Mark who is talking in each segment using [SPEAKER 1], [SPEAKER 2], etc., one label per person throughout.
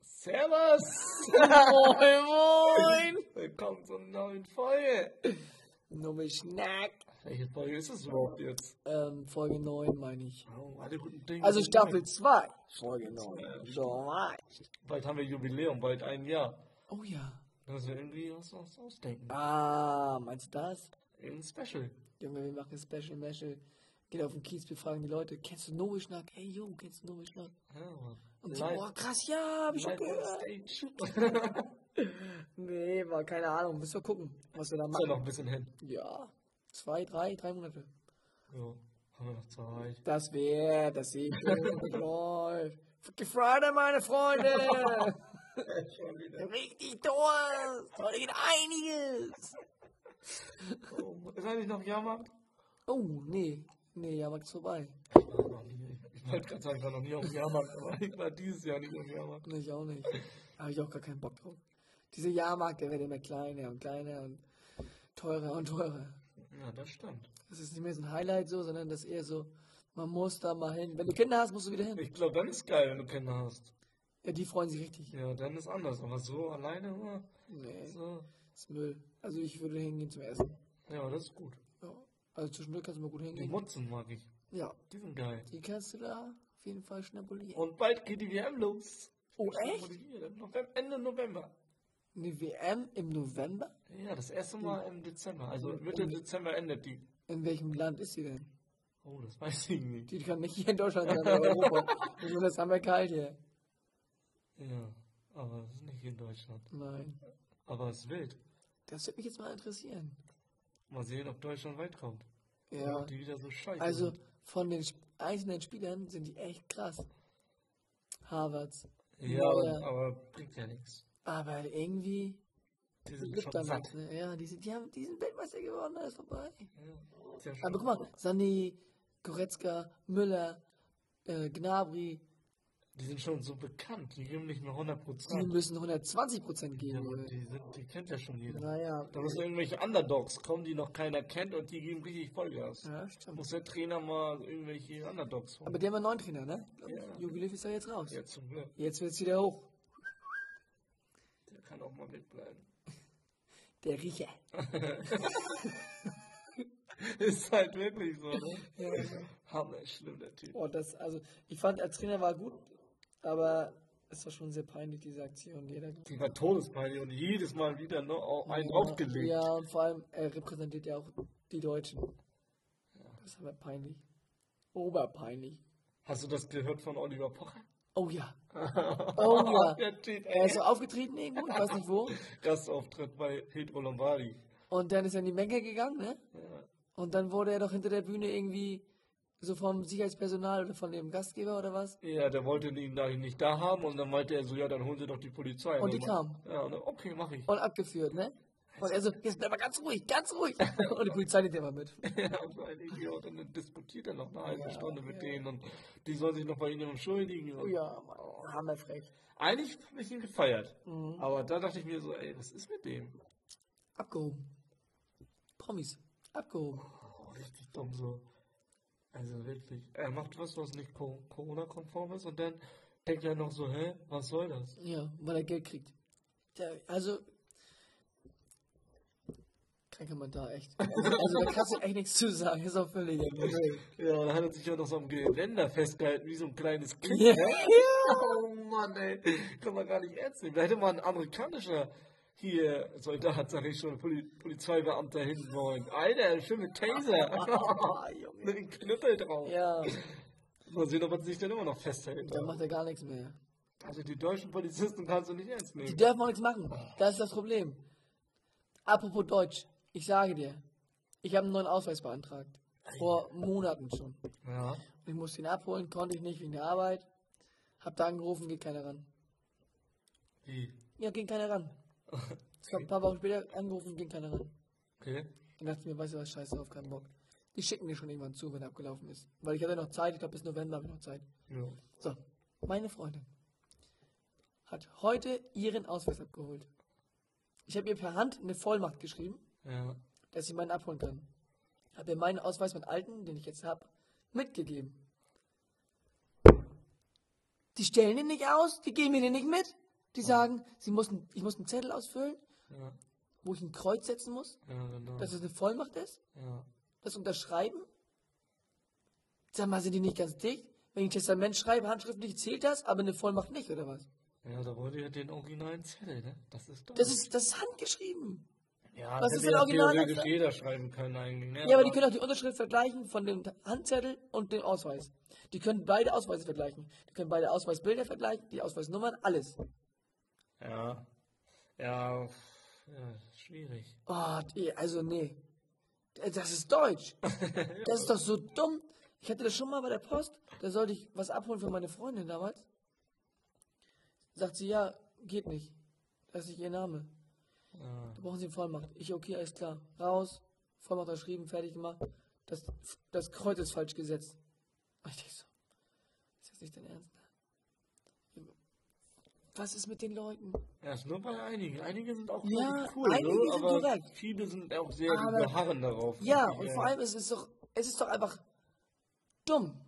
[SPEAKER 1] Servus!
[SPEAKER 2] Moin, moin!
[SPEAKER 1] Willkommen zur neuen Folge. Nummer Schnack. Welche Folge ist es überhaupt jetzt?
[SPEAKER 2] Ähm, Folge 9 meine ich.
[SPEAKER 1] Oh, alle guten Dinge.
[SPEAKER 2] Also
[SPEAKER 1] sind
[SPEAKER 2] Staffel
[SPEAKER 1] neu.
[SPEAKER 2] 2. Folge 9. So weit.
[SPEAKER 1] Bald haben wir Jubiläum, bald ein Jahr.
[SPEAKER 2] Oh ja.
[SPEAKER 1] Da müssen wir irgendwie was, was ausdenken.
[SPEAKER 2] Ah, meinst du das?
[SPEAKER 1] Irgendein Special.
[SPEAKER 2] Junge, wir machen Special Meshel. Geht auf den Kiez, wir fragen die Leute, kennst du Nobeschnack? Hey, Junge, kennst du Nobeschnack?
[SPEAKER 1] Ja,
[SPEAKER 2] Und die, boah, krass, ja, hab ich schon
[SPEAKER 1] live
[SPEAKER 2] gehört.
[SPEAKER 1] on stage.
[SPEAKER 2] Nee, war keine Ahnung. Müssen wir gucken, was wir da
[SPEAKER 1] Ist ja noch
[SPEAKER 2] machen.
[SPEAKER 1] ein bisschen hin.
[SPEAKER 2] Ja. Zwei, drei, drei Monate.
[SPEAKER 1] Jo, haben wir noch Zeit.
[SPEAKER 2] Das wäre, das sehe ich. Läuft. Fucking Friday, meine Freunde!
[SPEAKER 1] Schon wieder.
[SPEAKER 2] Richtig Durst! Heute geht einiges!
[SPEAKER 1] Oh, ist eigentlich noch Jahrmarkt?
[SPEAKER 2] Oh, nee. Nee, ja, Max vorbei.
[SPEAKER 1] Ich war noch nie. Ich wollte gerade sagen, ich war noch nie auf dem Jahrmarkt, aber ich war dieses Jahr nicht auf dem Jahrmarkt.
[SPEAKER 2] Nee, Ich auch nicht. Habe ich auch gar keinen Bock drauf. Dieser Jahrmarkt, der wird immer kleiner und kleiner und teurer und teurer.
[SPEAKER 1] Ja, das stimmt.
[SPEAKER 2] Das ist nicht mehr so ein Highlight so, sondern das ist eher so, man muss da mal hin. Wenn du Kinder hast, musst du wieder hin.
[SPEAKER 1] Ich glaube, dann ist geil, wenn du Kinder hast.
[SPEAKER 2] Ja, die freuen sich richtig.
[SPEAKER 1] Ja, dann ist anders. Aber so alleine immer.
[SPEAKER 2] Nee,
[SPEAKER 1] So.
[SPEAKER 2] ist Müll. Also ich würde hingehen zum Essen.
[SPEAKER 1] Ja, das ist gut.
[SPEAKER 2] Ja. Also zwischendurch kannst du mal gut
[SPEAKER 1] Die
[SPEAKER 2] hingehen.
[SPEAKER 1] Mutzen mag ich.
[SPEAKER 2] Ja,
[SPEAKER 1] Die sind geil.
[SPEAKER 2] die kannst du da auf jeden Fall schnabulieren.
[SPEAKER 1] Und bald geht die WM los.
[SPEAKER 2] Oh,
[SPEAKER 1] Ich
[SPEAKER 2] echt?
[SPEAKER 1] gratuliere. Im November, Ende November.
[SPEAKER 2] Eine WM im November?
[SPEAKER 1] Ja, das erste Mal im Dezember. Also Mitte
[SPEAKER 2] Und-
[SPEAKER 1] Dezember endet die.
[SPEAKER 2] In welchem Land ist sie denn?
[SPEAKER 1] Oh, das weiß ich nicht.
[SPEAKER 2] Die kann nicht hier in Deutschland sein, aber in Europa. Besonders haben wir kalt hier.
[SPEAKER 1] Ja, aber es ist nicht hier in Deutschland.
[SPEAKER 2] Nein.
[SPEAKER 1] Aber es ist wild.
[SPEAKER 2] Das würde mich jetzt mal interessieren.
[SPEAKER 1] Mal sehen, ob Deutschland weit kommt.
[SPEAKER 2] Ja.
[SPEAKER 1] Ob die wieder so scheiße
[SPEAKER 2] Also
[SPEAKER 1] sind.
[SPEAKER 2] von den Sp- einzelnen Spielern sind die echt krass. Harvards.
[SPEAKER 1] Ja,
[SPEAKER 2] ja.
[SPEAKER 1] aber bringt ja nichts.
[SPEAKER 2] Aber irgendwie
[SPEAKER 1] Die sind
[SPEAKER 2] gibt
[SPEAKER 1] schon
[SPEAKER 2] da
[SPEAKER 1] satt.
[SPEAKER 2] nichts. Ne? Ja, die, sind, die haben diesen Weltmeister geworden, alles vorbei.
[SPEAKER 1] Ja, ist ja schon-
[SPEAKER 2] Aber guck mal, Sané, Goretzka, Müller, äh, Gnabry,
[SPEAKER 1] Die sind schon so bekannt. Die geben nicht mehr 100
[SPEAKER 2] die
[SPEAKER 1] Prozent.
[SPEAKER 2] müssen 120%
[SPEAKER 1] Ja,
[SPEAKER 2] geben.
[SPEAKER 1] aber
[SPEAKER 2] Junge.
[SPEAKER 1] die, sind, die kennt ja schon jeder.
[SPEAKER 2] Naja,
[SPEAKER 1] Da müssen irgendwelche Underdogs kommen, die noch keiner kennt und die geben richtig Vollgas.
[SPEAKER 2] ja,
[SPEAKER 1] Da
[SPEAKER 2] stimmt.
[SPEAKER 1] muss der Trainer mal irgendwelche Underdogs holen.
[SPEAKER 2] Aber die haben einen neuen Trainer, ne?
[SPEAKER 1] Ja.
[SPEAKER 2] Jogi Löw ist ja jetzt raus.
[SPEAKER 1] Ja, zum Glück.
[SPEAKER 2] Jetzt wird's wieder hoch.
[SPEAKER 1] Der kann auch mal wegbleiben.
[SPEAKER 2] Der Riecher.
[SPEAKER 1] Ist halt wirklich so, ne?
[SPEAKER 2] Ja.
[SPEAKER 1] Hammer, schlimm, der Typ.
[SPEAKER 2] Oh, das, also, ich fand, als Trainer war gut, aber es war schon sehr peinlich, diese Aktion. Die er da
[SPEAKER 1] Die war todespeinlich und jedes Mal wieder ne, au- einen aufgelegt.
[SPEAKER 2] Ja, und vor allem, er repräsentiert ja auch die Deutschen. Das war peinlich. Oberpeinlich.
[SPEAKER 1] Hast du das gehört von Oliver Pocher?
[SPEAKER 2] Oh ja. Oh ja.
[SPEAKER 1] Der Typ,
[SPEAKER 2] Er
[SPEAKER 1] ey.
[SPEAKER 2] ist so aufgetreten irgendwo, ich weiß nicht wo.
[SPEAKER 1] Gastauftritt bei Pedro Lombardi.
[SPEAKER 2] Und dann ist er in die Menge gegangen, ne?
[SPEAKER 1] Ja.
[SPEAKER 2] Und dann wurde er doch hinter der Bühne irgendwie so vom Sicherheitspersonal oder von dem Gastgeber oder was.
[SPEAKER 1] Ja, der wollte ihn da nicht da haben und dann meinte er so, ja, dann holen sie doch die Polizei.
[SPEAKER 2] Und die
[SPEAKER 1] dann-
[SPEAKER 2] kam.
[SPEAKER 1] Ja, und dann, okay, mach ich.
[SPEAKER 2] Und abgeführt, ne? Und er so, jetzt bleib mal ganz ruhig, ganz ruhig. Und die Polizei nimmt immer mit.
[SPEAKER 1] Ja, und so ein Idiot. Und dann diskutiert er noch eine halbe
[SPEAKER 2] Ja,
[SPEAKER 1] Stunde mit
[SPEAKER 2] ja.
[SPEAKER 1] denen und die sollen sich noch bei ihnen entschuldigen.
[SPEAKER 2] Oh
[SPEAKER 1] Und
[SPEAKER 2] ja, Mann, hammerfrech.
[SPEAKER 1] Eigentlich habe ich ihn gefeiert.
[SPEAKER 2] Mhm.
[SPEAKER 1] Aber da dachte ich mir so, ey, was ist mit dem?
[SPEAKER 2] Abgehoben. Promis, abgehoben.
[SPEAKER 1] Oh, richtig dumm so. Also wirklich. Er macht was, was nicht Co- Corona-konform ist und dann denkt er noch so, hä, was soll das?
[SPEAKER 2] Ja, weil er Geld kriegt. Ja, also, kranker Mann da, echt. Also, da kannst du echt nichts zu sagen, ist auch völlig egal.
[SPEAKER 1] Ja, und dann hat er sich ja noch so am Geländer festgehalten, wie so ein kleines Kind.
[SPEAKER 2] Ja.
[SPEAKER 1] Oh Mann, ey. Kann man gar nicht ernst nehmen. Da hätte mal ein amerikanischer hier Soldat, sag ich schon, Poli Polizeibeamter hin wollen. Alter, schöne Taser.
[SPEAKER 2] Ah, Junge.
[SPEAKER 1] Mit dem Knüppel drauf.
[SPEAKER 2] Ja,
[SPEAKER 1] Mal sehen, ob er sich denn immer noch festhält.
[SPEAKER 2] da macht er gar nichts mehr.
[SPEAKER 1] Also die deutschen Polizisten kannst du nicht ernst
[SPEAKER 2] Die
[SPEAKER 1] nehmen.
[SPEAKER 2] dürfen auch nichts machen, das ist das Problem. Apropos Deutsch, ich sage dir, ich habe einen neuen Ausweis beantragt. Vor Monaten schon.
[SPEAKER 1] Ja.
[SPEAKER 2] Ich musste ihn abholen, konnte ich nicht wegen der Arbeit. Hab da angerufen, geht keiner ran.
[SPEAKER 1] Wie?
[SPEAKER 2] Ja, ging keiner ran. Ich hab ein paar Wochen später angerufen, ging keiner ran.
[SPEAKER 1] Okay.
[SPEAKER 2] Dann dachte ich mir, weißt du was, scheiße auf, keinen Bock. Die schicken mir schon irgendwann zu, wenn er abgelaufen ist. Weil ich habe ja noch Zeit, ich glaube bis November habe ich noch Zeit.
[SPEAKER 1] Ja.
[SPEAKER 2] So, meine Freundin hat heute ihren Ausweis abgeholt. Ich habe ihr per Hand eine Vollmacht geschrieben,
[SPEAKER 1] Ja.
[SPEAKER 2] dass sie meinen abholen kann. Habe ihr meinen Ausweis, meinen alten, den ich jetzt habe, mitgegeben. Die stellen den nicht aus, die geben mir den nicht mit. Die sagen, sie mussten, ich muss einen Zettel ausfüllen,
[SPEAKER 1] Ja,
[SPEAKER 2] wo ich ein Kreuz setzen muss,
[SPEAKER 1] ja, genau.
[SPEAKER 2] dass es eine Vollmacht ist,
[SPEAKER 1] ja.
[SPEAKER 2] das unterschreiben. Sag mal, sind die nicht ganz dicht? Wenn ich ein Testament schreibe, handschriftlich zählt das, aber eine Vollmacht nicht, oder was?
[SPEAKER 1] ja, da wollte ja den originalen Zettel, ne? Das ist doch.
[SPEAKER 2] Das ist, das ist handgeschrieben.
[SPEAKER 1] ja,
[SPEAKER 2] was
[SPEAKER 1] hätte
[SPEAKER 2] ist denn
[SPEAKER 1] ja
[SPEAKER 2] original?
[SPEAKER 1] theoretisch jeder schreiben können eigentlich, ne?
[SPEAKER 2] Ja, aber die können auch die Unterschrift vergleichen von dem Handzettel und dem Ausweis. Die können beide Ausweise vergleichen. Die können beide Ausweisbilder vergleichen, die Ausweisnummern, alles.
[SPEAKER 1] Ja. Ja, pff, ja, schwierig.
[SPEAKER 2] Oh, die- also nee. Äh, Das ist Deutsch. Das ist doch so dumm. Ich hatte das schon mal bei der Post. Da sollte ich was abholen für meine Freundin damals. Sagt sie, ja, geht nicht. Das ist nicht ihr Name.
[SPEAKER 1] Ja.
[SPEAKER 2] Da brauchen sie eine Vollmacht. Ich, okay, alles klar. Raus. Vollmacht unterschrieben, fertig gemacht. Das, das Kreuz ist falsch gesetzt. Und ich denke so, ist das nicht dein Ernst? Was ist mit den Leuten?
[SPEAKER 1] Ja, ist nur bei einigen. Einige sind auch
[SPEAKER 2] Ja,
[SPEAKER 1] wirklich cool,
[SPEAKER 2] einige
[SPEAKER 1] ne?
[SPEAKER 2] sind
[SPEAKER 1] aber
[SPEAKER 2] korrekt.
[SPEAKER 1] viele sind auch sehr die
[SPEAKER 2] Aber-
[SPEAKER 1] beharren darauf.
[SPEAKER 2] Ja,
[SPEAKER 1] wirklich,
[SPEAKER 2] und
[SPEAKER 1] äh,
[SPEAKER 2] vor allem ist es doch, es ist doch einfach dumm.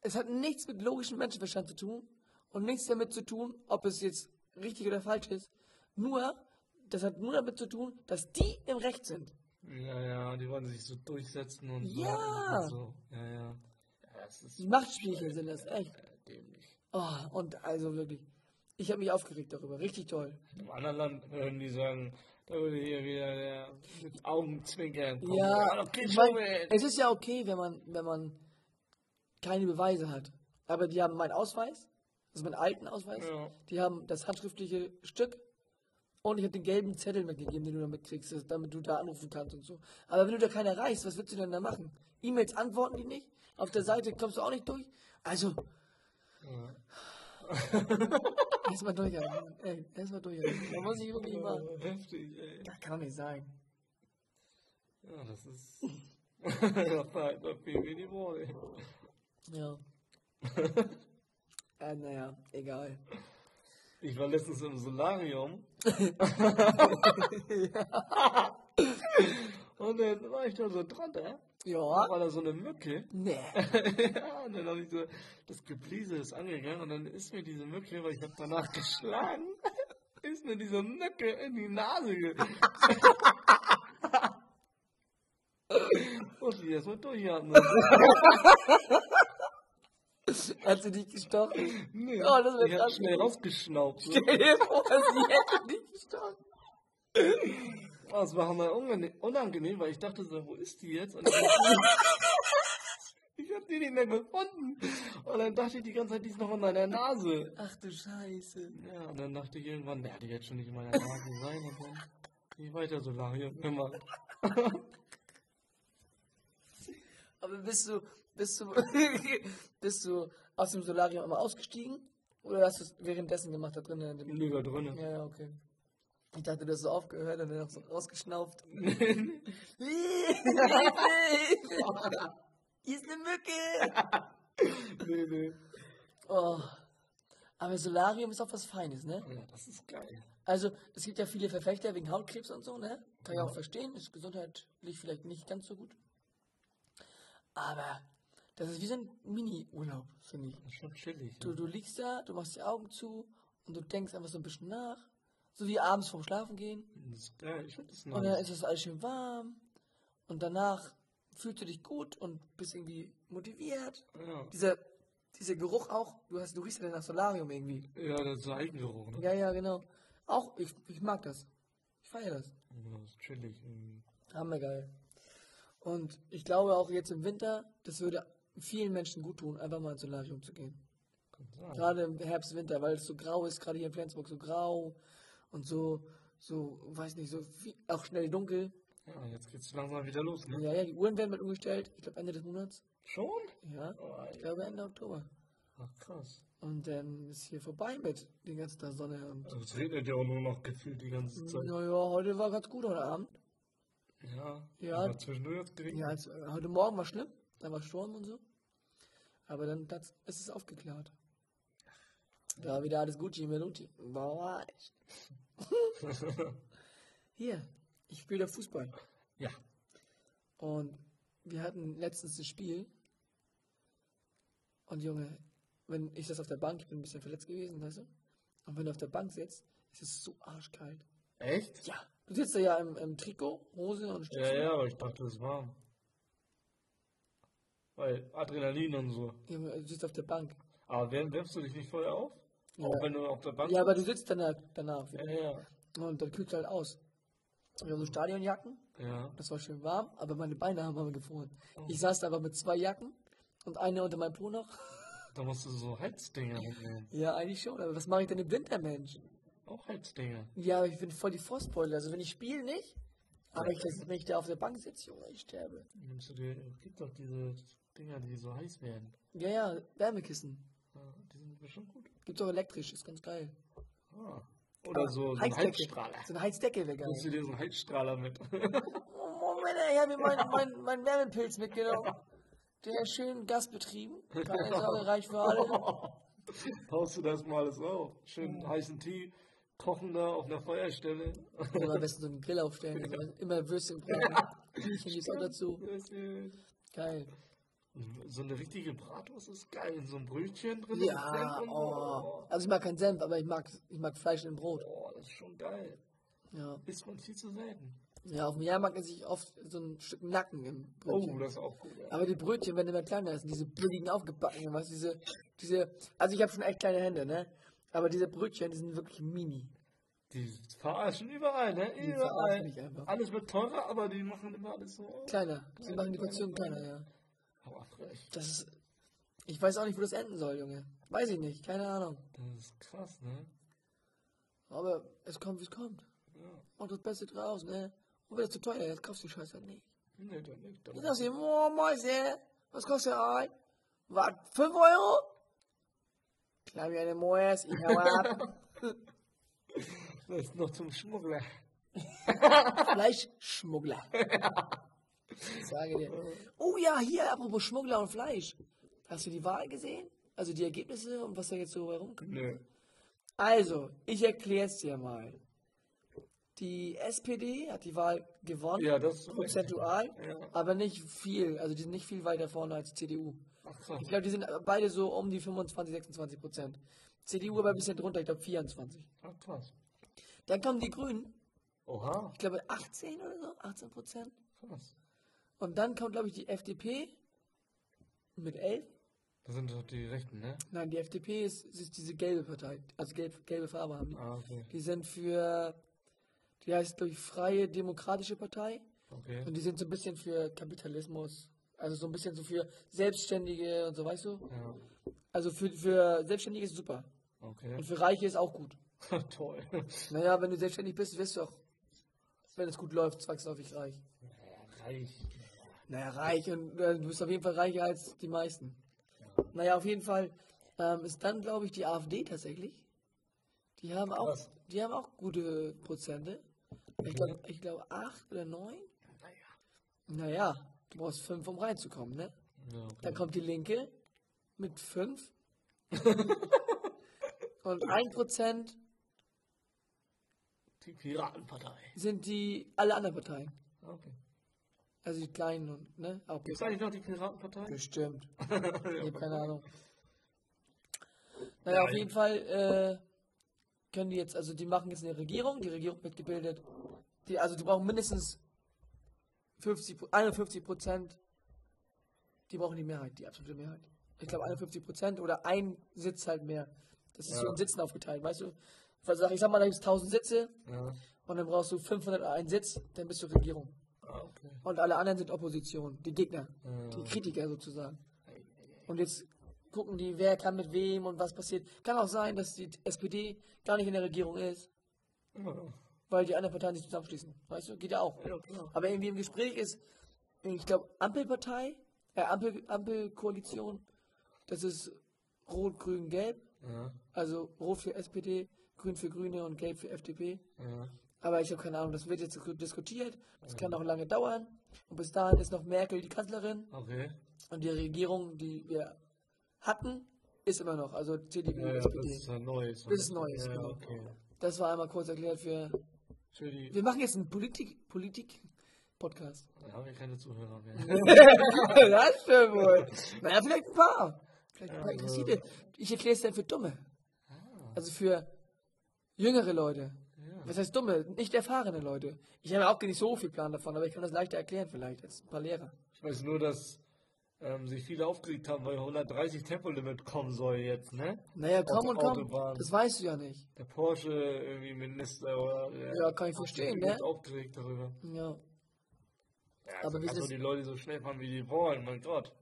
[SPEAKER 2] Es hat nichts mit logischem Menschenverstand zu tun und nichts damit zu tun, ob es jetzt richtig oder falsch ist. Nur, das hat nur damit zu tun, dass die im Recht sind.
[SPEAKER 1] Ja, ja, die wollen sich so durchsetzen und so.
[SPEAKER 2] Ja.
[SPEAKER 1] Und so. Ja, ja. ja es ist
[SPEAKER 2] Machtspielchen sind das echt.
[SPEAKER 1] äh, dämlich.
[SPEAKER 2] Oh, und also wirklich, ich habe mich aufgeregt darüber. Richtig toll.
[SPEAKER 1] Im anderen Land würden die sagen, da würde hier wieder der mit Augenzwinkern kommen.
[SPEAKER 2] Ja,
[SPEAKER 1] okay,
[SPEAKER 2] ich
[SPEAKER 1] schon
[SPEAKER 2] mein,
[SPEAKER 1] mit.
[SPEAKER 2] es ist ja okay, wenn man, wenn man keine Beweise hat. Aber die haben meinen Ausweis, also meinen alten Ausweis,
[SPEAKER 1] Ja.
[SPEAKER 2] die haben das handschriftliche Stück und ich habe den gelben Zettel mitgegeben, den du damit kriegst, dass- damit du da anrufen kannst und so. Aber wenn du da keiner reichst, was willst du denn da machen? E-Mails antworten die nicht, auf der Seite kommst du auch nicht durch. Also,
[SPEAKER 1] Ja.
[SPEAKER 2] erstmal durchatmen. Ey, erstmal durchatmen. Da muss ich wirklich mal.
[SPEAKER 1] Ja, Heftig, ey.
[SPEAKER 2] Das kann doch nicht sein.
[SPEAKER 1] Ja, das ist. das war halt noch viel wie die Worte.
[SPEAKER 2] Ja. äh, naja, egal.
[SPEAKER 1] Ich war letztens im Solarium. Und dann war ich da so dran, da
[SPEAKER 2] Ja.
[SPEAKER 1] war da so eine Mücke.
[SPEAKER 2] Nee.
[SPEAKER 1] ja, und dann habe ich so, das Gebliese ist angegangen und dann ist mir diese Mücke, weil ich habe danach geschlagen, ist mir diese Mücke in die Nase ge Muss ich erstmal durchatmen.
[SPEAKER 2] Hat sie dich gestochen?
[SPEAKER 1] Nee,
[SPEAKER 2] Oh, das wär
[SPEAKER 1] ich hab
[SPEAKER 2] krass
[SPEAKER 1] schnell
[SPEAKER 2] gewesen.
[SPEAKER 1] rausgeschnaubt. So.
[SPEAKER 2] Stell dir vor, sie hätte dich gestochen.
[SPEAKER 1] Oh, das war mal unangenehm, unangenehm, weil ich dachte so, wo ist die jetzt? Und dann, ich hab die nicht mehr gefunden. Und dann dachte ich die ganze Zeit, die ist noch in meiner Nase.
[SPEAKER 2] Ach du Scheiße.
[SPEAKER 1] Ja, und dann dachte ich irgendwann, der die jetzt schon nicht in meiner Nase sein und dann bin ich weiter Solarium gemacht.
[SPEAKER 2] Aber bist du, bist du, bist du aus dem Solarium immer ausgestiegen? Oder hast du es währenddessen gemacht da drinnen? in dem-
[SPEAKER 1] Nö, da drinnen.
[SPEAKER 2] Ja, ja, okay. Ich dachte, du hast so aufgehört und dann hast du rausgeschnauft. Hier ist eine Mücke.
[SPEAKER 1] Nee, nee.
[SPEAKER 2] Oh. Aber Solarium ist auch was Feines, ne?
[SPEAKER 1] Ja, das ist geil.
[SPEAKER 2] Also, es gibt ja viele Verfechter wegen Hautkrebs und so, ne? Kann ich auch verstehen, ist gesundheitlich vielleicht nicht ganz so gut. Aber das ist wie so ein Mini-Urlaub, finde ich.
[SPEAKER 1] Das ist schon chillig.
[SPEAKER 2] Du,
[SPEAKER 1] Ne?
[SPEAKER 2] du liegst da, du machst die Augen zu und du denkst einfach so ein bisschen nach. So wie abends vorm Schlafen gehen.
[SPEAKER 1] Das ist geil, ich finde das
[SPEAKER 2] Und dann
[SPEAKER 1] nice.
[SPEAKER 2] ist das alles schön warm. Und danach fühlst du dich gut und bist irgendwie motiviert.
[SPEAKER 1] Ja.
[SPEAKER 2] Dieser, dieser Geruch auch, du, hast, du riechst ja nach Solarium irgendwie.
[SPEAKER 1] ja, das ist so Eigengeruch. Ne?
[SPEAKER 2] Ja, ja, genau. Auch, ich, ich mag das. Ich feiere das.
[SPEAKER 1] Ja, das ist chillig. Mhm.
[SPEAKER 2] Hammergeil. Und ich glaube auch jetzt im Winter, das würde vielen Menschen gut tun, einfach mal ins Solarium zu gehen.
[SPEAKER 1] Kann sein.
[SPEAKER 2] Gerade im Herbst, Winter, weil es so grau ist, gerade hier in Flensburg so grau und so, so, weiß nicht, so viel, auch schnell dunkel.
[SPEAKER 1] Ja, jetzt geht's langsam wieder los, ne?
[SPEAKER 2] Ja, ja, die Uhren werden mal umgestellt, ich glaube Ende des Monats.
[SPEAKER 1] Schon?
[SPEAKER 2] Ja,
[SPEAKER 1] Oh,
[SPEAKER 2] ich glaube Ende Oktober.
[SPEAKER 1] Ach, krass.
[SPEAKER 2] Und dann ist hier vorbei mit den ganzen Tag Sonne und.
[SPEAKER 1] Also, es regnet ja auch nur noch gefühlt die ganze Zeit.
[SPEAKER 2] Naja, heute war ganz gut heute Abend.
[SPEAKER 1] Ja.
[SPEAKER 2] Ja.
[SPEAKER 1] Aber zwischendurch hat's geregnet.
[SPEAKER 2] Ja, als, äh, heute Morgen war schlimm, da war Sturm und so. Aber dann das, es ist aufgeklärt. Da war wieder alles Gucci, Meluti. Boah, echt. Hier, ich spiele Fußball.
[SPEAKER 1] Ja.
[SPEAKER 2] Und wir hatten letztens ein Spiel. Und Junge, wenn ich das auf der Bank, ich bin ein bisschen verletzt gewesen, weißt du? Und wenn du auf der Bank sitzt, ist es so arschkalt.
[SPEAKER 1] Echt?
[SPEAKER 2] Ja. Du sitzt da ja im, im Trikot, Hose und
[SPEAKER 1] Ja,
[SPEAKER 2] Stiefel.
[SPEAKER 1] ja, aber ich dachte, es ist warm. Weil Adrenalin und so.
[SPEAKER 2] Ja, aber Du sitzt auf der Bank.
[SPEAKER 1] Aber wärm- wärmst du dich nicht vorher auf? Auch wenn du auf der Bank
[SPEAKER 2] Ja, aber du sitzt danach. danach.
[SPEAKER 1] Ja, ja.
[SPEAKER 2] Und dann kühlt halt aus. Wir haben so Stadionjacken.
[SPEAKER 1] Ja.
[SPEAKER 2] Das war schön warm, aber meine Beine haben aber gefroren. Ich saß da aber mit zwei Jacken und eine unter meinem Po noch.
[SPEAKER 1] Da musst du so Heizdinger mitnehmen.
[SPEAKER 2] Ja, eigentlich schon, aber was mache ich denn im Winter, Mensch?
[SPEAKER 1] Auch Heizdinger.
[SPEAKER 2] Ja, aber ich bin voll die Frostbeule. Also wenn ich spiele, nicht. Aber ich, wenn ich da auf der Bank sitze, Junge, ich sterbe.
[SPEAKER 1] Nimmst du dir, es gibt doch diese Dinger, die so heiß werden.
[SPEAKER 2] Ja, ja, Wärmekissen.
[SPEAKER 1] Ja, Die sind bestimmt gut.
[SPEAKER 2] Gibt's auch elektrisch, ist ganz geil.
[SPEAKER 1] Ah. Oder so, so ein Heizstrahler.
[SPEAKER 2] So ein Heizdeckel wäre geil.
[SPEAKER 1] Nimmst du dir so einen Heizstrahler mit?
[SPEAKER 2] Oh, Moment, ey, ich habe mir meinen mein, mein Wärmepilz mitgenommen. Der ist schön gasbetrieben. Keine Sorge, reicht für alle.
[SPEAKER 1] Haust du das mal alles auf?
[SPEAKER 2] Mhm.
[SPEAKER 1] Schön heißen Tee, kochen da auf einer Feuerstelle.
[SPEAKER 2] Oder am besten so einen Grill aufstellen. Also immer Würstchen braten. Hühnchen gibt's auch dazu. Geil.
[SPEAKER 1] So eine richtige Bratwurst ist geil. In so einem Brötchen drin.
[SPEAKER 2] Ja, oh. Also ich mag kein Senf, aber ich mag, ich mag Fleisch in Brot.
[SPEAKER 1] Oh, das ist schon geil.
[SPEAKER 2] Ja.
[SPEAKER 1] Isst man viel zu selten.
[SPEAKER 2] ja, auf dem Jahrmarkt esse ich oft so ein Stück Nacken im Brötchen.
[SPEAKER 1] Oh, das ist auch gut. Ja.
[SPEAKER 2] Aber die Brötchen werden immer kleiner, das sind diese billigen aufgebackenen, weißt du, diese, diese, also ich habe schon echt kleine Hände, ne? Aber diese Brötchen, die sind wirklich mini.
[SPEAKER 1] Die verarschen überall, ne?
[SPEAKER 2] Die verarschen mich
[SPEAKER 1] Überall.
[SPEAKER 2] einfach.
[SPEAKER 1] Alles wird teurer, aber die machen immer alles so. Oh,
[SPEAKER 2] Kleiner. Sie machen die Portion kleiner, ja.
[SPEAKER 1] Aber frech.
[SPEAKER 2] Das ist, ich weiß auch nicht, wo das enden soll, Junge. Weiß ich nicht, keine Ahnung.
[SPEAKER 1] Das ist krass, ne?
[SPEAKER 2] Aber es kommt, wie es kommt.
[SPEAKER 1] Ja.
[SPEAKER 2] Mach das Beste draus, ne? Und wenn das zu teuer ist, kaufst du die Scheiße halt nicht.
[SPEAKER 1] Nee, doch nicht.
[SPEAKER 2] Du sagst dir, oh, Mäuse, was kostet ein? Was, 5 Euro? Klar wie eine Mäuse, ich hau ab.
[SPEAKER 1] Das ist noch zum Schmuggler.
[SPEAKER 2] Fleischschmuggler. Ich sage dir. Oh ja, hier, apropos Schmuggler und Fleisch. Hast du die Wahl gesehen? Also die Ergebnisse und was da jetzt so herumkommt?
[SPEAKER 1] Nö.
[SPEAKER 2] Also, ich erkläre es dir mal. Die SPD hat die Wahl gewonnen,
[SPEAKER 1] Ja, das ist
[SPEAKER 2] prozentual,
[SPEAKER 1] Ja.
[SPEAKER 2] aber nicht viel. Also die sind nicht viel weiter vorne als CDU.
[SPEAKER 1] Ach, krass.
[SPEAKER 2] Ich glaube, die sind beide so um die 25, 26 Prozent. CDU aber ein bisschen drunter, ich glaube 24.
[SPEAKER 1] Ach, krass.
[SPEAKER 2] Dann kommen die Grünen,
[SPEAKER 1] Oha,
[SPEAKER 2] ich glaube 18 oder so, 18 Prozent.
[SPEAKER 1] krass.
[SPEAKER 2] Und dann kommt, glaube ich, die FDP mit 11.
[SPEAKER 1] Das sind doch die Rechten, ne?
[SPEAKER 2] Nein, die FDP ist, ist diese gelbe Partei, also gelb, gelbe Farbe haben die.
[SPEAKER 1] Ah, okay.
[SPEAKER 2] Die sind für, die heißt, glaube ich, Freie Demokratische Partei.
[SPEAKER 1] Okay.
[SPEAKER 2] Und die sind so ein bisschen für Kapitalismus, also so ein bisschen so für Selbstständige und so, weißt du?
[SPEAKER 1] Ja.
[SPEAKER 2] Also für, für Selbstständige ist super. Und
[SPEAKER 1] Okay.
[SPEAKER 2] für Reiche ist auch gut.
[SPEAKER 1] Toll.
[SPEAKER 2] Naja, wenn du selbstständig bist, wirst du auch, wenn es gut läuft, zwangsläufig reich.
[SPEAKER 1] Ja, reich.
[SPEAKER 2] Naja, reich und äh, du bist auf jeden Fall reicher als die meisten. Naja, auf jeden Fall ähm, ist dann, glaube ich, die AfD tatsächlich. Die haben auch,
[SPEAKER 1] Krass.
[SPEAKER 2] die haben auch gute Prozente. Ich glaube, ich glaub, acht oder neun. Naja, du brauchst fünf, um reinzukommen, ne?
[SPEAKER 1] Ja, okay.
[SPEAKER 2] Dann kommt die Linke mit fünf. und ein Prozent
[SPEAKER 1] Die Piratenpartei.
[SPEAKER 2] sind die alle anderen Parteien.
[SPEAKER 1] Okay.
[SPEAKER 2] Also die kleinen und, ne? Auch
[SPEAKER 1] Gibt's eigentlich noch die Piratenpartei?
[SPEAKER 2] Bestimmt. Ich
[SPEAKER 1] ja,
[SPEAKER 2] habe keine Ahnung. Naja, auf
[SPEAKER 1] Nein.
[SPEAKER 2] jeden Fall äh, können die jetzt, also die machen jetzt eine Regierung, die Regierung wird gebildet. Die, also die brauchen mindestens 50, Pro- 51 Prozent, die brauchen die Mehrheit, die absolute Mehrheit. Ich glaube 51 Prozent oder ein Sitz halt mehr. Das ist so in Sitzen aufgeteilt, weißt du? Also ich sag mal, da gibt es 1000 Sitze
[SPEAKER 1] ja.
[SPEAKER 2] und dann brauchst du 501 Sitz, dann bist du Regierung.
[SPEAKER 1] Ah, okay.
[SPEAKER 2] Und alle anderen sind Opposition, die Gegner,
[SPEAKER 1] Ja.
[SPEAKER 2] die Kritiker sozusagen. Und jetzt gucken die, wer kann mit wem und was passiert. Kann auch sein, dass die SPD gar nicht in der Regierung ist,
[SPEAKER 1] Ja.
[SPEAKER 2] weil die anderen Parteien sich zusammenschließen. Weißt du, geht ja auch.
[SPEAKER 1] Ja, genau. klar.
[SPEAKER 2] Aber irgendwie im Gespräch ist, ich glaube, Ampelpartei, äh, Ampel, Ampelkoalition, das ist Rot, Grün, Gelb.
[SPEAKER 1] Ja.
[SPEAKER 2] Also Rot für SPD, Grün für Grüne und Gelb für FDP.
[SPEAKER 1] Ja.
[SPEAKER 2] Aber ich habe keine Ahnung, das wird jetzt diskutiert. Das
[SPEAKER 1] Mhm.
[SPEAKER 2] kann noch lange dauern. Und bis dahin ist noch Merkel die Kanzlerin.
[SPEAKER 1] Okay.
[SPEAKER 2] Und die Regierung, die wir hatten, ist immer noch. Also CDU,
[SPEAKER 1] Ja, ja, das
[SPEAKER 2] SPD.
[SPEAKER 1] ist ein neues.
[SPEAKER 2] Das ist Neues,
[SPEAKER 1] Ja,
[SPEAKER 2] genau.
[SPEAKER 1] okay.
[SPEAKER 2] Das war einmal kurz erklärt für.
[SPEAKER 1] Für die.
[SPEAKER 2] Wir machen jetzt einen Politik- Politik-Podcast.
[SPEAKER 1] Da haben wir keine Zuhörer mehr.
[SPEAKER 2] das stimmt wohl. Naja,
[SPEAKER 1] Ah.
[SPEAKER 2] vielleicht ein paar. Vielleicht ein paar Interessierte. Ich erkläre es dann für Dumme. Also für Jüngere Leute. Was heißt dumme? Nicht erfahrene Leute. Ich habe auch gar nicht so viel Plan davon, aber ich kann das leichter erklären vielleicht als ein paar Lehrer.
[SPEAKER 1] Ich weiß nur, dass ähm, sich viele aufgeregt haben, weil 130 Tempolimit kommen soll jetzt, ne?
[SPEAKER 2] Naja,
[SPEAKER 1] Auf
[SPEAKER 2] komm
[SPEAKER 1] der
[SPEAKER 2] und komm.
[SPEAKER 1] Autobahn.
[SPEAKER 2] Das weißt du ja nicht.
[SPEAKER 1] Der Porsche irgendwie Minister oder äh, der
[SPEAKER 2] Ja, kann ich
[SPEAKER 1] hat sich
[SPEAKER 2] verstehen,
[SPEAKER 1] übelst
[SPEAKER 2] ne?
[SPEAKER 1] aufgeregt darüber.
[SPEAKER 2] Ja.
[SPEAKER 1] Ja,
[SPEAKER 2] Aber
[SPEAKER 1] also,
[SPEAKER 2] wie
[SPEAKER 1] also
[SPEAKER 2] das-
[SPEAKER 1] die Leute so schnell fahren, wie die wollen, mein Gott.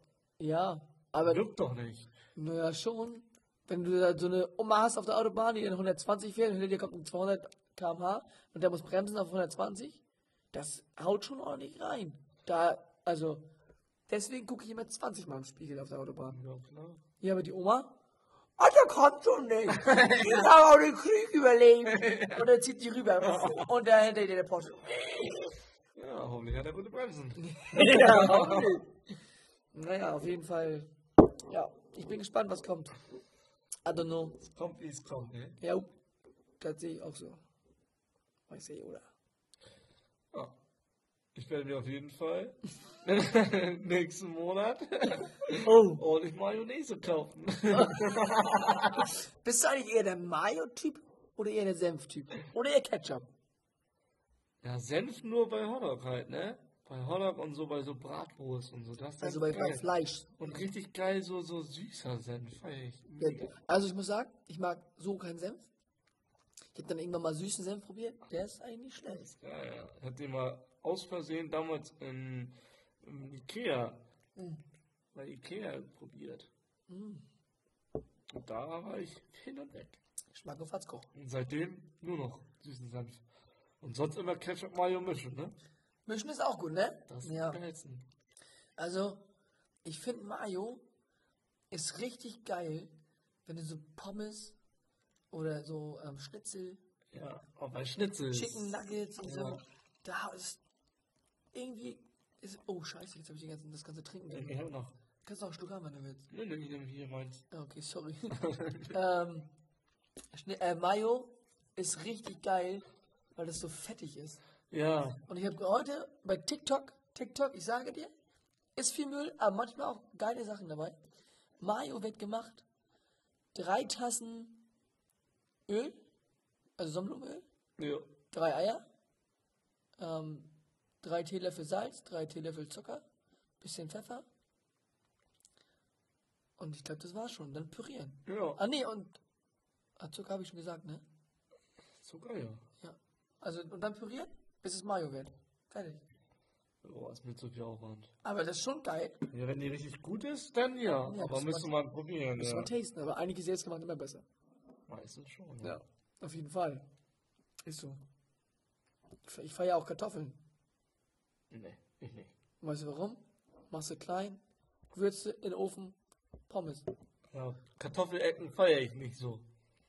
[SPEAKER 2] Ja. Aber
[SPEAKER 1] Juckt doch nicht.
[SPEAKER 2] Naja, schon. Wenn du da so eine Oma hast auf der Autobahn, die in 120 fährt und hinter dir kommt ein 200 km/h und der muss bremsen auf 120, das haut schon ordentlich rein. Da, also, deswegen gucke ich immer 20 Mal im Spiegel auf der Autobahn.
[SPEAKER 1] Ja, ne? klar.
[SPEAKER 2] Hier aber die Oma, ah, der kommt schon nicht. Ich kann auch den Krieg überleben. Und dann zieht die rüber. Und da hinter dir der Porsche.
[SPEAKER 1] Ja, hoffentlich hat er gute Bremsen.
[SPEAKER 2] Ja. naja, auf jeden Fall. Ja, ich bin gespannt, was kommt. I don't know.
[SPEAKER 1] Es kommt, wie es kommt, ne?
[SPEAKER 2] Ja, up. das sehe ich auch so. Weiß ich, oder?
[SPEAKER 1] Ja. Ich werde mir auf jeden Fall nächsten Monat
[SPEAKER 2] Oh.
[SPEAKER 1] ordentlich Mayonnaise kaufen.
[SPEAKER 2] Bist du eigentlich eher der Mayo-Typ oder eher der Senf-Typ? Oder eher Ketchup?
[SPEAKER 1] Ja, Senf nur bei Hotdog halt, ne? Bei Hotdog und so bei so Bratwurst und so. Das ist
[SPEAKER 2] Also bei,
[SPEAKER 1] ganz
[SPEAKER 2] bei
[SPEAKER 1] geil.
[SPEAKER 2] Fleisch.
[SPEAKER 1] Und richtig geil, so, so süßer Senf. Feier ich. Mega.
[SPEAKER 2] Also ich muss sagen, ich mag so keinen Senf. Ich habe dann irgendwann mal süßen Senf probiert. Der ist eigentlich nicht schlecht.
[SPEAKER 1] Ja, ja. Ich hab den mal Äh, aus Versehen damals in, in Ikea,
[SPEAKER 2] Hm.
[SPEAKER 1] bei Ikea probiert. Und da war ich hin und weg.
[SPEAKER 2] Schmack und Fatzko.
[SPEAKER 1] Und seitdem nur noch süßen Senf. Und sonst immer Ketchup Mayo mischen, ne?
[SPEAKER 2] Mischen ist auch gut, ne?
[SPEAKER 1] Das ist
[SPEAKER 2] ja.
[SPEAKER 1] am geilsten.
[SPEAKER 2] Also, ich finde Mayo ist richtig geil, wenn du so Pommes oder so ähm, Schnitzel
[SPEAKER 1] Ja, auch bei Schnitzel.
[SPEAKER 2] Chicken Nuggets und so.
[SPEAKER 1] Ja.
[SPEAKER 2] Da ist irgendwie. Ist, oh, Scheiße, jetzt habe ich den ganzen, das ganze Trinken drin.
[SPEAKER 1] Ich hab noch.
[SPEAKER 2] Kannst du auch ein Stück haben, wenn du willst.
[SPEAKER 1] Ne, ne, ich nehm hier meins.
[SPEAKER 2] Ah, Okay, sorry. ähm, Schne äh, Mayo ist richtig geil, weil das so fettig ist.
[SPEAKER 1] Ja,
[SPEAKER 2] Und ich habe heute bei TikTok, TikTok, ich sage dir, ist viel Müll, aber manchmal auch geile Sachen dabei. Mayo wird gemacht. Drei Tassen Öl, also Sonnenblumenöl,
[SPEAKER 1] ja.
[SPEAKER 2] drei Eier, ähm, drei Teelöffel Salz, drei Teelöffel Zucker, bisschen Pfeffer. Und ich glaube, das war's schon. Dann pürieren.
[SPEAKER 1] Ja,
[SPEAKER 2] Ah, nee, und. Ah, Zucker habe ich schon gesagt, ne?
[SPEAKER 1] sogar ja.
[SPEAKER 2] Ja. Also, und dann pürieren, bis es Mayo wird. Fertig.
[SPEAKER 1] Boah, Oh, ist mir zu viel Aufwand.
[SPEAKER 2] Aber das ist schon geil.
[SPEAKER 1] Ja, wenn die richtig gut ist, dann ja.
[SPEAKER 2] Ja,
[SPEAKER 1] Aber
[SPEAKER 2] muss
[SPEAKER 1] müsste man probieren,
[SPEAKER 2] Muss
[SPEAKER 1] ja.
[SPEAKER 2] man tasten, aber einige selbstgemacht immer besser.
[SPEAKER 1] Meistens schon.
[SPEAKER 2] Auf jeden Fall. Ist so. Ich feiere auch Kartoffeln.
[SPEAKER 1] Nee, ich nicht.
[SPEAKER 2] Und weißt du warum? Machst du klein, Gewürze in den Ofen, Pommes.
[SPEAKER 1] Ja, Kartoffelecken feiere ich nicht so.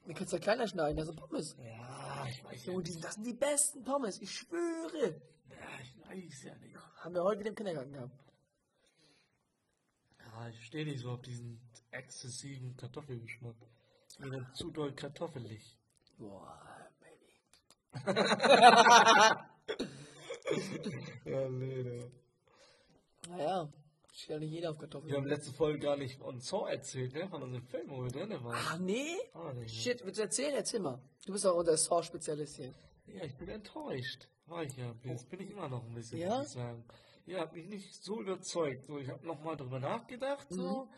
[SPEAKER 2] Du kannst ja kleiner schneiden, das sind Pommes.
[SPEAKER 1] Ja, ich weiß
[SPEAKER 2] Junge, die, das sind die besten Pommes, ich schwöre.
[SPEAKER 1] Ja, ich weiß ja nicht.
[SPEAKER 2] Haben wir heute wieder im Kindergarten gehabt.
[SPEAKER 1] Ja, ich stehe nicht so auf diesen exzessiven Kartoffelgeschmack. Ist Mir dann zu doll kartoffelig.
[SPEAKER 2] Boah, Baby.
[SPEAKER 1] Ja, nee, nee.
[SPEAKER 2] Naja, steht ja nicht jeder auf Kartoffeln.
[SPEAKER 1] Wir haben letzte Folge gar nicht von Saw erzählt, ne? Von unserem Film, wo wir drin waren.
[SPEAKER 2] Ach nee?
[SPEAKER 1] Ah, nee.
[SPEAKER 2] Shit, willst du erzählen? Erzähl mal. Du bist auch unser Saw-Spezialist hier.
[SPEAKER 1] Ja, ich bin enttäuscht. War ich ja. Jetzt bin ich immer noch ein bisschen,
[SPEAKER 2] Ja?
[SPEAKER 1] muss ich sagen. Ja, hat mich nicht so überzeugt. So, ich habe nochmal drüber nachgedacht, so.
[SPEAKER 2] Mhm.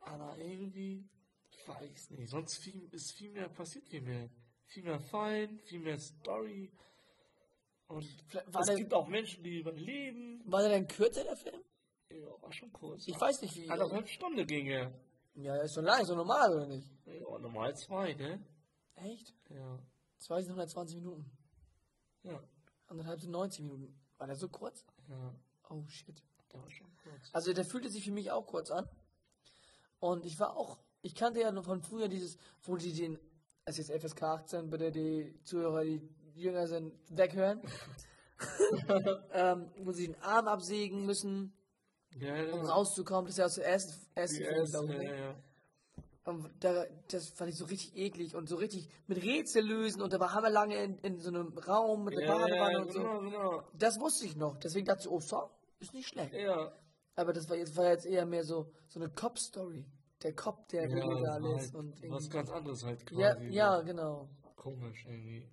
[SPEAKER 1] Aber irgendwie, ich weiß nicht. Sonst viel, ist viel mehr passiert, viel mehr. Viel mehr Fallen, viel mehr Story. Und
[SPEAKER 2] Vielleicht- War
[SPEAKER 1] es
[SPEAKER 2] der,
[SPEAKER 1] gibt auch Menschen, die überleben.
[SPEAKER 2] war der denn kürzer, der Film?
[SPEAKER 1] Ja, war schon kurz.
[SPEAKER 2] Ich weiß nicht, wie.
[SPEAKER 1] Eineinhalb Stunde ging er.
[SPEAKER 2] Ja, ist so lang, so normal, oder nicht?
[SPEAKER 1] Ja, normal zwei, ne?
[SPEAKER 2] Echt?
[SPEAKER 1] Ja.
[SPEAKER 2] 2 sind 120 Minuten.
[SPEAKER 1] Ja.
[SPEAKER 2] Anderthalb sind 90 Minuten. War der so kurz?
[SPEAKER 1] Ja.
[SPEAKER 2] Oh, shit.
[SPEAKER 1] Der war schon kurz.
[SPEAKER 2] Also der fühlte sich für mich auch kurz an. Und ich war auch, ich kannte ja noch von früher dieses, wo die den, also jetzt FSK 18, bitte die Zuhörer, die jünger sind, weghören. ähm, wo sie den Arm absägen müssen,
[SPEAKER 1] Ja, ja.
[SPEAKER 2] um rauszukommen. Das ist ja aus dem ersten, ersten
[SPEAKER 1] Die äh,
[SPEAKER 2] Film, glaube
[SPEAKER 1] erste,
[SPEAKER 2] ich.
[SPEAKER 1] ja,
[SPEAKER 2] Ne?
[SPEAKER 1] ja.
[SPEAKER 2] Und da, das fand ich so richtig eklig und so richtig mit Rätsel lösen und da war hammerlange in, in so einem Raum mit der
[SPEAKER 1] Ja,
[SPEAKER 2] Badewanne
[SPEAKER 1] ja,
[SPEAKER 2] und so.
[SPEAKER 1] genau, genau.
[SPEAKER 2] Das wusste ich noch, deswegen dachte ich, oh, so, ist nicht schlecht.
[SPEAKER 1] Ja,
[SPEAKER 2] Aber das war jetzt, war jetzt eher mehr so, so eine Cop-Story. Der Cop, der
[SPEAKER 1] ja
[SPEAKER 2] illegal
[SPEAKER 1] das war
[SPEAKER 2] ist
[SPEAKER 1] halt
[SPEAKER 2] und
[SPEAKER 1] was
[SPEAKER 2] irgendwie.
[SPEAKER 1] ganz anderes halt
[SPEAKER 2] Ja,
[SPEAKER 1] quasi.
[SPEAKER 2] ja, genau.
[SPEAKER 1] komisch irgendwie.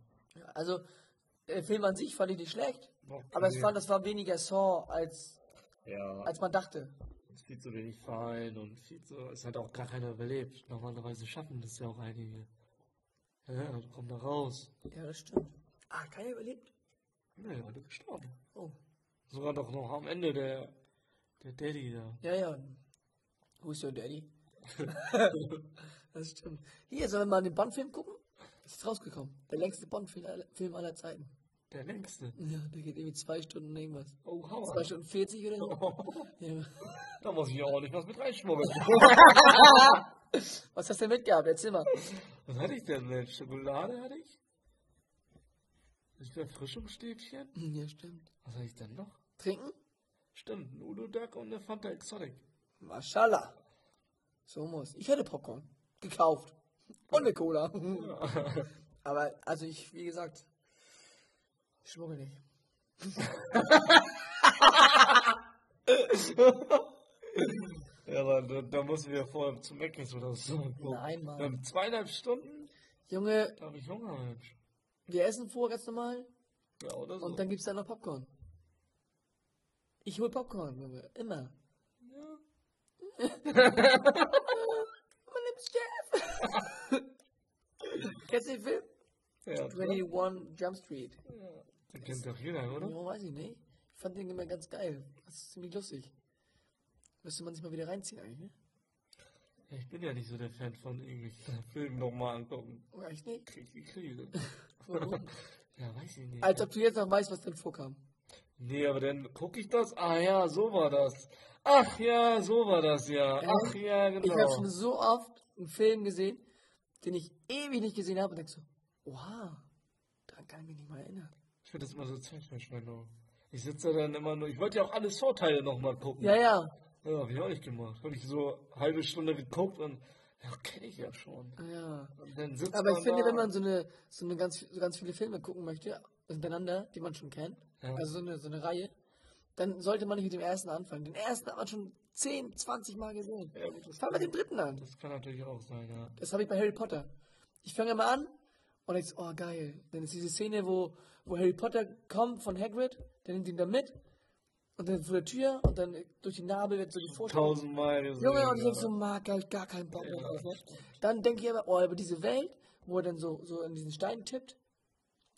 [SPEAKER 2] Also, der Film an sich fand ich nicht schlecht.
[SPEAKER 1] Okay.
[SPEAKER 2] Aber ich fand, das war weniger Saw, als,
[SPEAKER 1] Ja,
[SPEAKER 2] als man dachte.
[SPEAKER 1] es ist Also, viel zu wenig Verein und viel zu. Es hat auch gar keiner überlebt. Normalerweise schaffen das ja auch einige. Ja, und kommen da raus.
[SPEAKER 2] Ja, das stimmt. Ah, keiner überlebt?
[SPEAKER 1] Nee, alle gestorben.
[SPEAKER 2] Oh.
[SPEAKER 1] Sogar doch noch am Ende der, der Daddy da.
[SPEAKER 2] Ja, ja. Who's your daddy? das stimmt. Hier, sollen wir mal den Bond-Film gucken? Das ist rausgekommen. Der längste Bond-Film aller- Film aller Zeiten.
[SPEAKER 1] Der längste.
[SPEAKER 2] Ja, der geht irgendwie zwei Stunden irgendwas.
[SPEAKER 1] Oh,
[SPEAKER 2] Zwei
[SPEAKER 1] Hammer.
[SPEAKER 2] Stunden 40 oder so? ja.
[SPEAKER 1] Da muss ich auch nicht was mit reinschmuggeln.
[SPEAKER 2] Was hast du denn mitgehabt? Erzähl mal.
[SPEAKER 1] was hatte ich denn, Mensch? Schokolade hatte ich? Das Verfrischungsstäbchen?
[SPEAKER 2] Hm, ja, stimmt.
[SPEAKER 1] Was hatte ich denn noch?
[SPEAKER 2] Trinken?
[SPEAKER 1] Stimmt, ein Udo Duck und eine Fanta Exotic.
[SPEAKER 2] Maschallah. So muss. Ich hätte Popcorn. Gekauft. Und eine Cola. Aber, also ich, wie gesagt, ich schmuggel nicht.
[SPEAKER 1] Ja, aber da, da mussten wir vorher zum Meckes oder so.
[SPEAKER 2] Nein, Mann.
[SPEAKER 1] Wir haben zweieinhalb Stunden,
[SPEAKER 2] Junge,
[SPEAKER 1] da habe ich Hunger, Mensch.
[SPEAKER 2] wir essen vorher ganz normal
[SPEAKER 1] Ja, oder so.
[SPEAKER 2] und dann gibt's da noch Popcorn. Ich hol Popcorn, Junge. Immer.
[SPEAKER 1] ja.
[SPEAKER 2] Mein liebes Jeff. Kennst du den Film?
[SPEAKER 1] Ja, klar.
[SPEAKER 2] 21 Jump Street.
[SPEAKER 1] Den kennt doch jeder, oder?
[SPEAKER 2] Ja, weiß ich nicht. Ich fand den immer ganz geil. Das ist ziemlich lustig. Müsste man sich mal wieder reinziehen eigentlich, ne?
[SPEAKER 1] Ja, Ich bin ja nicht so der Fan von irgendwelchen Filmen nochmal angucken.
[SPEAKER 2] Oder eigentlich nicht?
[SPEAKER 1] Krieg die Krise.
[SPEAKER 2] Warum?
[SPEAKER 1] ja, weiß ich nicht.
[SPEAKER 2] Als ob du jetzt noch weißt, was drin vorkam.
[SPEAKER 1] Nee, aber dann gucke ich das. Ah ja, so war das. Ach ja, so war das ja. Ach ja,
[SPEAKER 2] Ich habe schon
[SPEAKER 1] genau.
[SPEAKER 2] so oft einen Film gesehen, den ich ewig nicht gesehen habe und denk so, wow, daran kann ich mich nicht mal erinnern.
[SPEAKER 1] Ich finde das immer so Zeitverschwendung. Ich sitze da dann immer nur. Ich wollte ja auch alle Vorteile nochmal gucken.
[SPEAKER 2] Ja, ja.
[SPEAKER 1] Ja, hab ich auch nicht gemacht. Hab ich so halbe Stunde geguckt und ja, kenne ich Ah, ja schon.
[SPEAKER 2] ja.
[SPEAKER 1] Und dann sitzt
[SPEAKER 2] Aber
[SPEAKER 1] man
[SPEAKER 2] ich finde,
[SPEAKER 1] da.
[SPEAKER 2] wenn man so eine, so eine ganz, so ganz viele Filme gucken möchte, hintereinander, die man schon kennt,
[SPEAKER 1] Ja.
[SPEAKER 2] also so eine, so eine Reihe, dann sollte man nicht mit dem ersten anfangen. Den ersten hat man schon 10, 20 Mal gesehen.
[SPEAKER 1] Ja, gut, das
[SPEAKER 2] Fang mit dem dritten an.
[SPEAKER 1] Das kann natürlich auch sein, ja.
[SPEAKER 2] Das habe ich bei Harry Potter. Ich fange immer an und denk so, oh geil. Dann ist diese Szene, wo, wo Harry Potter kommt von Hagrid, der nimmt ihn da mit und dann vor der Tür und dann durch die Narbe wird so die Vorstellung.
[SPEAKER 1] Tausendmal gesehen.
[SPEAKER 2] Junge, und ich
[SPEAKER 1] ja.
[SPEAKER 2] hab so, mag gar, gar keinen Bock mehr
[SPEAKER 1] Ja,
[SPEAKER 2] drauf. Ne? Dann denke ich aber, oh, über diese Welt, wo er dann so, so an diesen Stein tippt.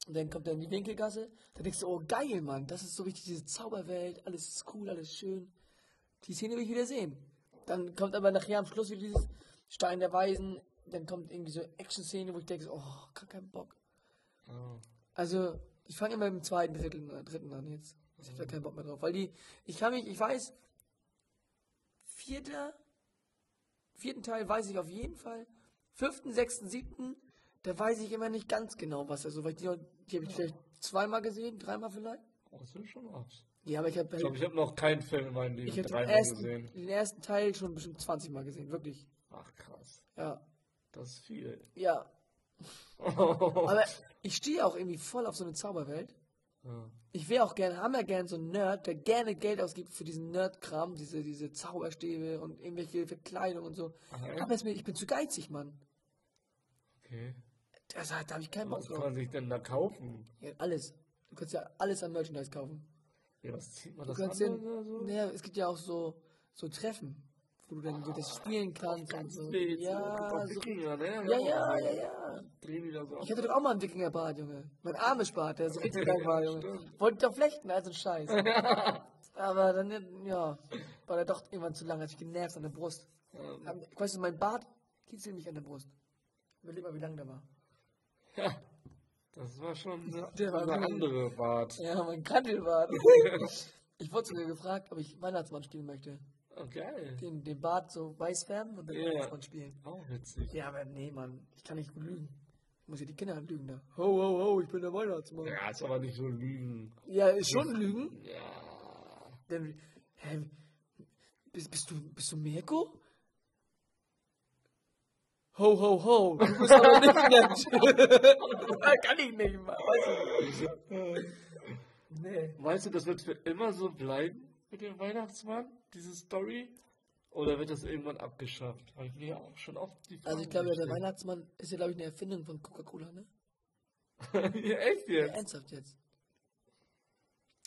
[SPEAKER 2] Und dann kommt er in die Winkelgasse. Dann denkst du, oh, geil, Mann, das ist so richtig diese Zauberwelt. Alles ist cool, alles schön. Die Szene will ich wieder sehen. Dann kommt aber nachher am Schluss wieder dieses Stein der Weisen. Dann kommt irgendwie so Action-Szene, wo ich denke, oh, gar keinen Bock.
[SPEAKER 1] Ja.
[SPEAKER 2] Also, ich fange immer im zweiten Drittel, äh, dritten an jetzt. Ich habe da keinen Bock mehr drauf. Weil die, ich kann mich, ich weiß, vierter, vierten Teil weiß ich auf jeden Fall. Fünften, sechsten, siebten, da weiß ich immer nicht ganz genau, was er so, weil die, die habe ich vielleicht zweimal gesehen, dreimal vielleicht.
[SPEAKER 1] Oh, das sind schon was.
[SPEAKER 2] Ja, aber ich habe
[SPEAKER 1] Ich glaube, ich habe noch keinen Film in meinem
[SPEAKER 2] Also ich
[SPEAKER 1] Leben
[SPEAKER 2] hab den,
[SPEAKER 1] dreimal
[SPEAKER 2] ersten,
[SPEAKER 1] gesehen.
[SPEAKER 2] den ersten Teil schon bestimmt 20 Mal gesehen, wirklich.
[SPEAKER 1] Ach krass,
[SPEAKER 2] Ja,
[SPEAKER 1] das ist viel.
[SPEAKER 2] ja.
[SPEAKER 1] ja.
[SPEAKER 2] Aber ich stehe auch irgendwie voll auf so eine Zauberwelt. Ich wäre auch gerne, haben ja gern so einen Nerd, der gerne Geld ausgibt für diesen Nerd-Kram, diese, diese Zauberstäbe und irgendwelche Verkleidung und so.
[SPEAKER 1] Ach, echt?
[SPEAKER 2] Aber es mir, ich bin zu geizig, Mann.
[SPEAKER 1] Okay.
[SPEAKER 2] Das, da habe ich keinen Bock
[SPEAKER 1] Was kann
[SPEAKER 2] drauf.
[SPEAKER 1] man sich denn da kaufen?
[SPEAKER 2] Ja, alles. Du kannst ja alles an Merchandise kaufen.
[SPEAKER 1] Ja, was zieht man
[SPEAKER 2] Du
[SPEAKER 1] das
[SPEAKER 2] kannst
[SPEAKER 1] an
[SPEAKER 2] ja,
[SPEAKER 1] oder so?
[SPEAKER 2] naja, es gibt ja auch so, so Treffen, wo du dann so das spielen kannst und so.
[SPEAKER 1] Spitz, guck
[SPEAKER 2] Ja,
[SPEAKER 1] auf die
[SPEAKER 2] so,
[SPEAKER 1] Kinder, ne?
[SPEAKER 2] ja, ja, ja, ja.
[SPEAKER 1] Drehen die da so
[SPEAKER 2] Ich hatte doch auch mal einen Wikingerbart, Junge. Mein Armesbart, der so richtig lang war, Junge. Wollte doch flechten, also ein Scheiß. Aber dann, ja, war der doch irgendwann zu lang, hat sich genervt an der Brust.
[SPEAKER 1] Ähm.
[SPEAKER 2] Ähm, Weißt du, mein Bart kitzelt mich an der Brust. Überleg mal, wie lang der war.
[SPEAKER 1] Ja, das war schon eine,
[SPEAKER 2] Der war
[SPEAKER 1] eine
[SPEAKER 2] gut.
[SPEAKER 1] andere Bart.
[SPEAKER 2] Ja, mein Kandelbart. ich wurde sogar gefragt, ob ich Weihnachtsmann spielen möchte.
[SPEAKER 1] Oh, geil.
[SPEAKER 2] Den, den Bart so weiß färben und dann
[SPEAKER 1] Ja.
[SPEAKER 2] Weihnachtsmann spielen.
[SPEAKER 1] Auch witzig.
[SPEAKER 2] Ja, aber nee, Mann, ich kann nicht gut lügen. Ich muss ja die Kinder anlügen da. Ho, ho, ho, ich bin der Weihnachtsmann.
[SPEAKER 1] Ja, ist aber nicht so Lügen.
[SPEAKER 2] Ja, ist schon Lügen.
[SPEAKER 1] Ja.
[SPEAKER 2] Dann, hä, bist, bist du, bist du Mirko? Ho, ho, ho, du bist aber nicht Mensch. Kann ich nicht, Mann. Weiß ich nicht. Nee.
[SPEAKER 1] Meinst du, das wird für immer so bleiben mit dem Weihnachtsmann, diese Story? Oder wird das irgendwann abgeschafft? Habe ich mir auch schon oft die Frage
[SPEAKER 2] Also ich glaube, ja, der
[SPEAKER 1] gestellt.
[SPEAKER 2] Weihnachtsmann ist ja, glaube ich, eine Erfindung von Coca-Cola, ne?
[SPEAKER 1] ja, echt jetzt?
[SPEAKER 2] Ernsthaft jetzt.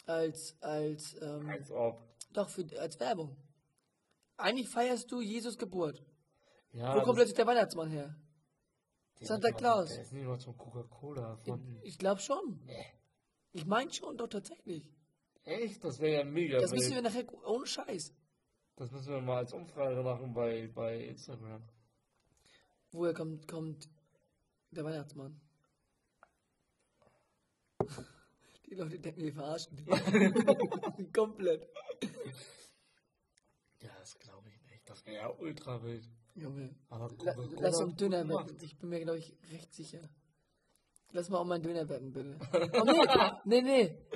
[SPEAKER 2] Als, als, ähm,
[SPEAKER 1] Als ob.
[SPEAKER 2] doch, für, als Werbung. Eigentlich feierst du Jesus Geburt.
[SPEAKER 1] Ja,
[SPEAKER 2] Wo
[SPEAKER 1] das-
[SPEAKER 2] kommt plötzlich der Weihnachtsmann her?
[SPEAKER 1] der
[SPEAKER 2] Santa
[SPEAKER 1] ist mal-
[SPEAKER 2] Claus?
[SPEAKER 1] Der ist niemals von Coca-Cola erfunden.
[SPEAKER 2] Ich glaube schon. Ich meine schon, doch tatsächlich.
[SPEAKER 1] Echt? Das wäre ja mega
[SPEAKER 2] Das
[SPEAKER 1] wild.
[SPEAKER 2] müssen wir nachher, gu- ohne Scheiß.
[SPEAKER 1] Das müssen wir mal als Umfrage machen bei, bei Instagram.
[SPEAKER 2] Woher kommt, kommt der Weihnachtsmann? Die Leute denken, wir verarschen die. Komplett.
[SPEAKER 1] Ja, das glaube ich nicht. Das wäre ja ultra wild.
[SPEAKER 2] Junge.
[SPEAKER 1] Aber
[SPEAKER 2] La
[SPEAKER 1] Coca-Cola-
[SPEAKER 2] lass um Döner wetten. Ich bin mir, glaube ich, recht sicher. Lass mal um einen Döner wetten, bitte. Oh, nee. nee, nee.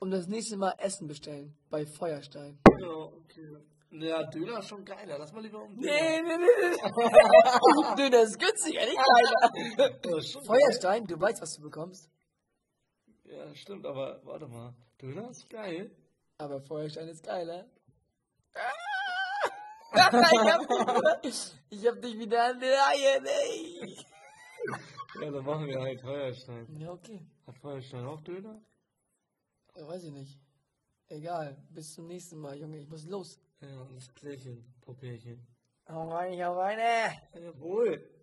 [SPEAKER 2] Um das nächste Mal Essen bestellen. Bei Feuerstein.
[SPEAKER 1] Ja, okay. Ja, Döner ist schon geiler. Lass mal lieber um
[SPEAKER 2] Nee, nee, nee, nee. Döner ist günstiger, nicht kleiner.
[SPEAKER 1] Ja, stimmt.
[SPEAKER 2] Feuerstein, du weißt, was du bekommst.
[SPEAKER 1] ja, stimmt, aber warte mal. Döner ist geil.
[SPEAKER 2] Aber Feuerstein ist geiler. Ah! ich, hab dich, ich hab dich wieder an der Reihe, ey.
[SPEAKER 1] Ja, dann machen wir halt Feuerstein.
[SPEAKER 2] Ja, okay.
[SPEAKER 1] Hat Feuerstein auch Döner?
[SPEAKER 2] Ja, weiß ich nicht. Egal. Bis zum nächsten Mal, Junge. Ich muss los.
[SPEAKER 1] Ja, das Klärchen, Popierchen.
[SPEAKER 2] Hau rein, ich hab eine.
[SPEAKER 1] Jawohl.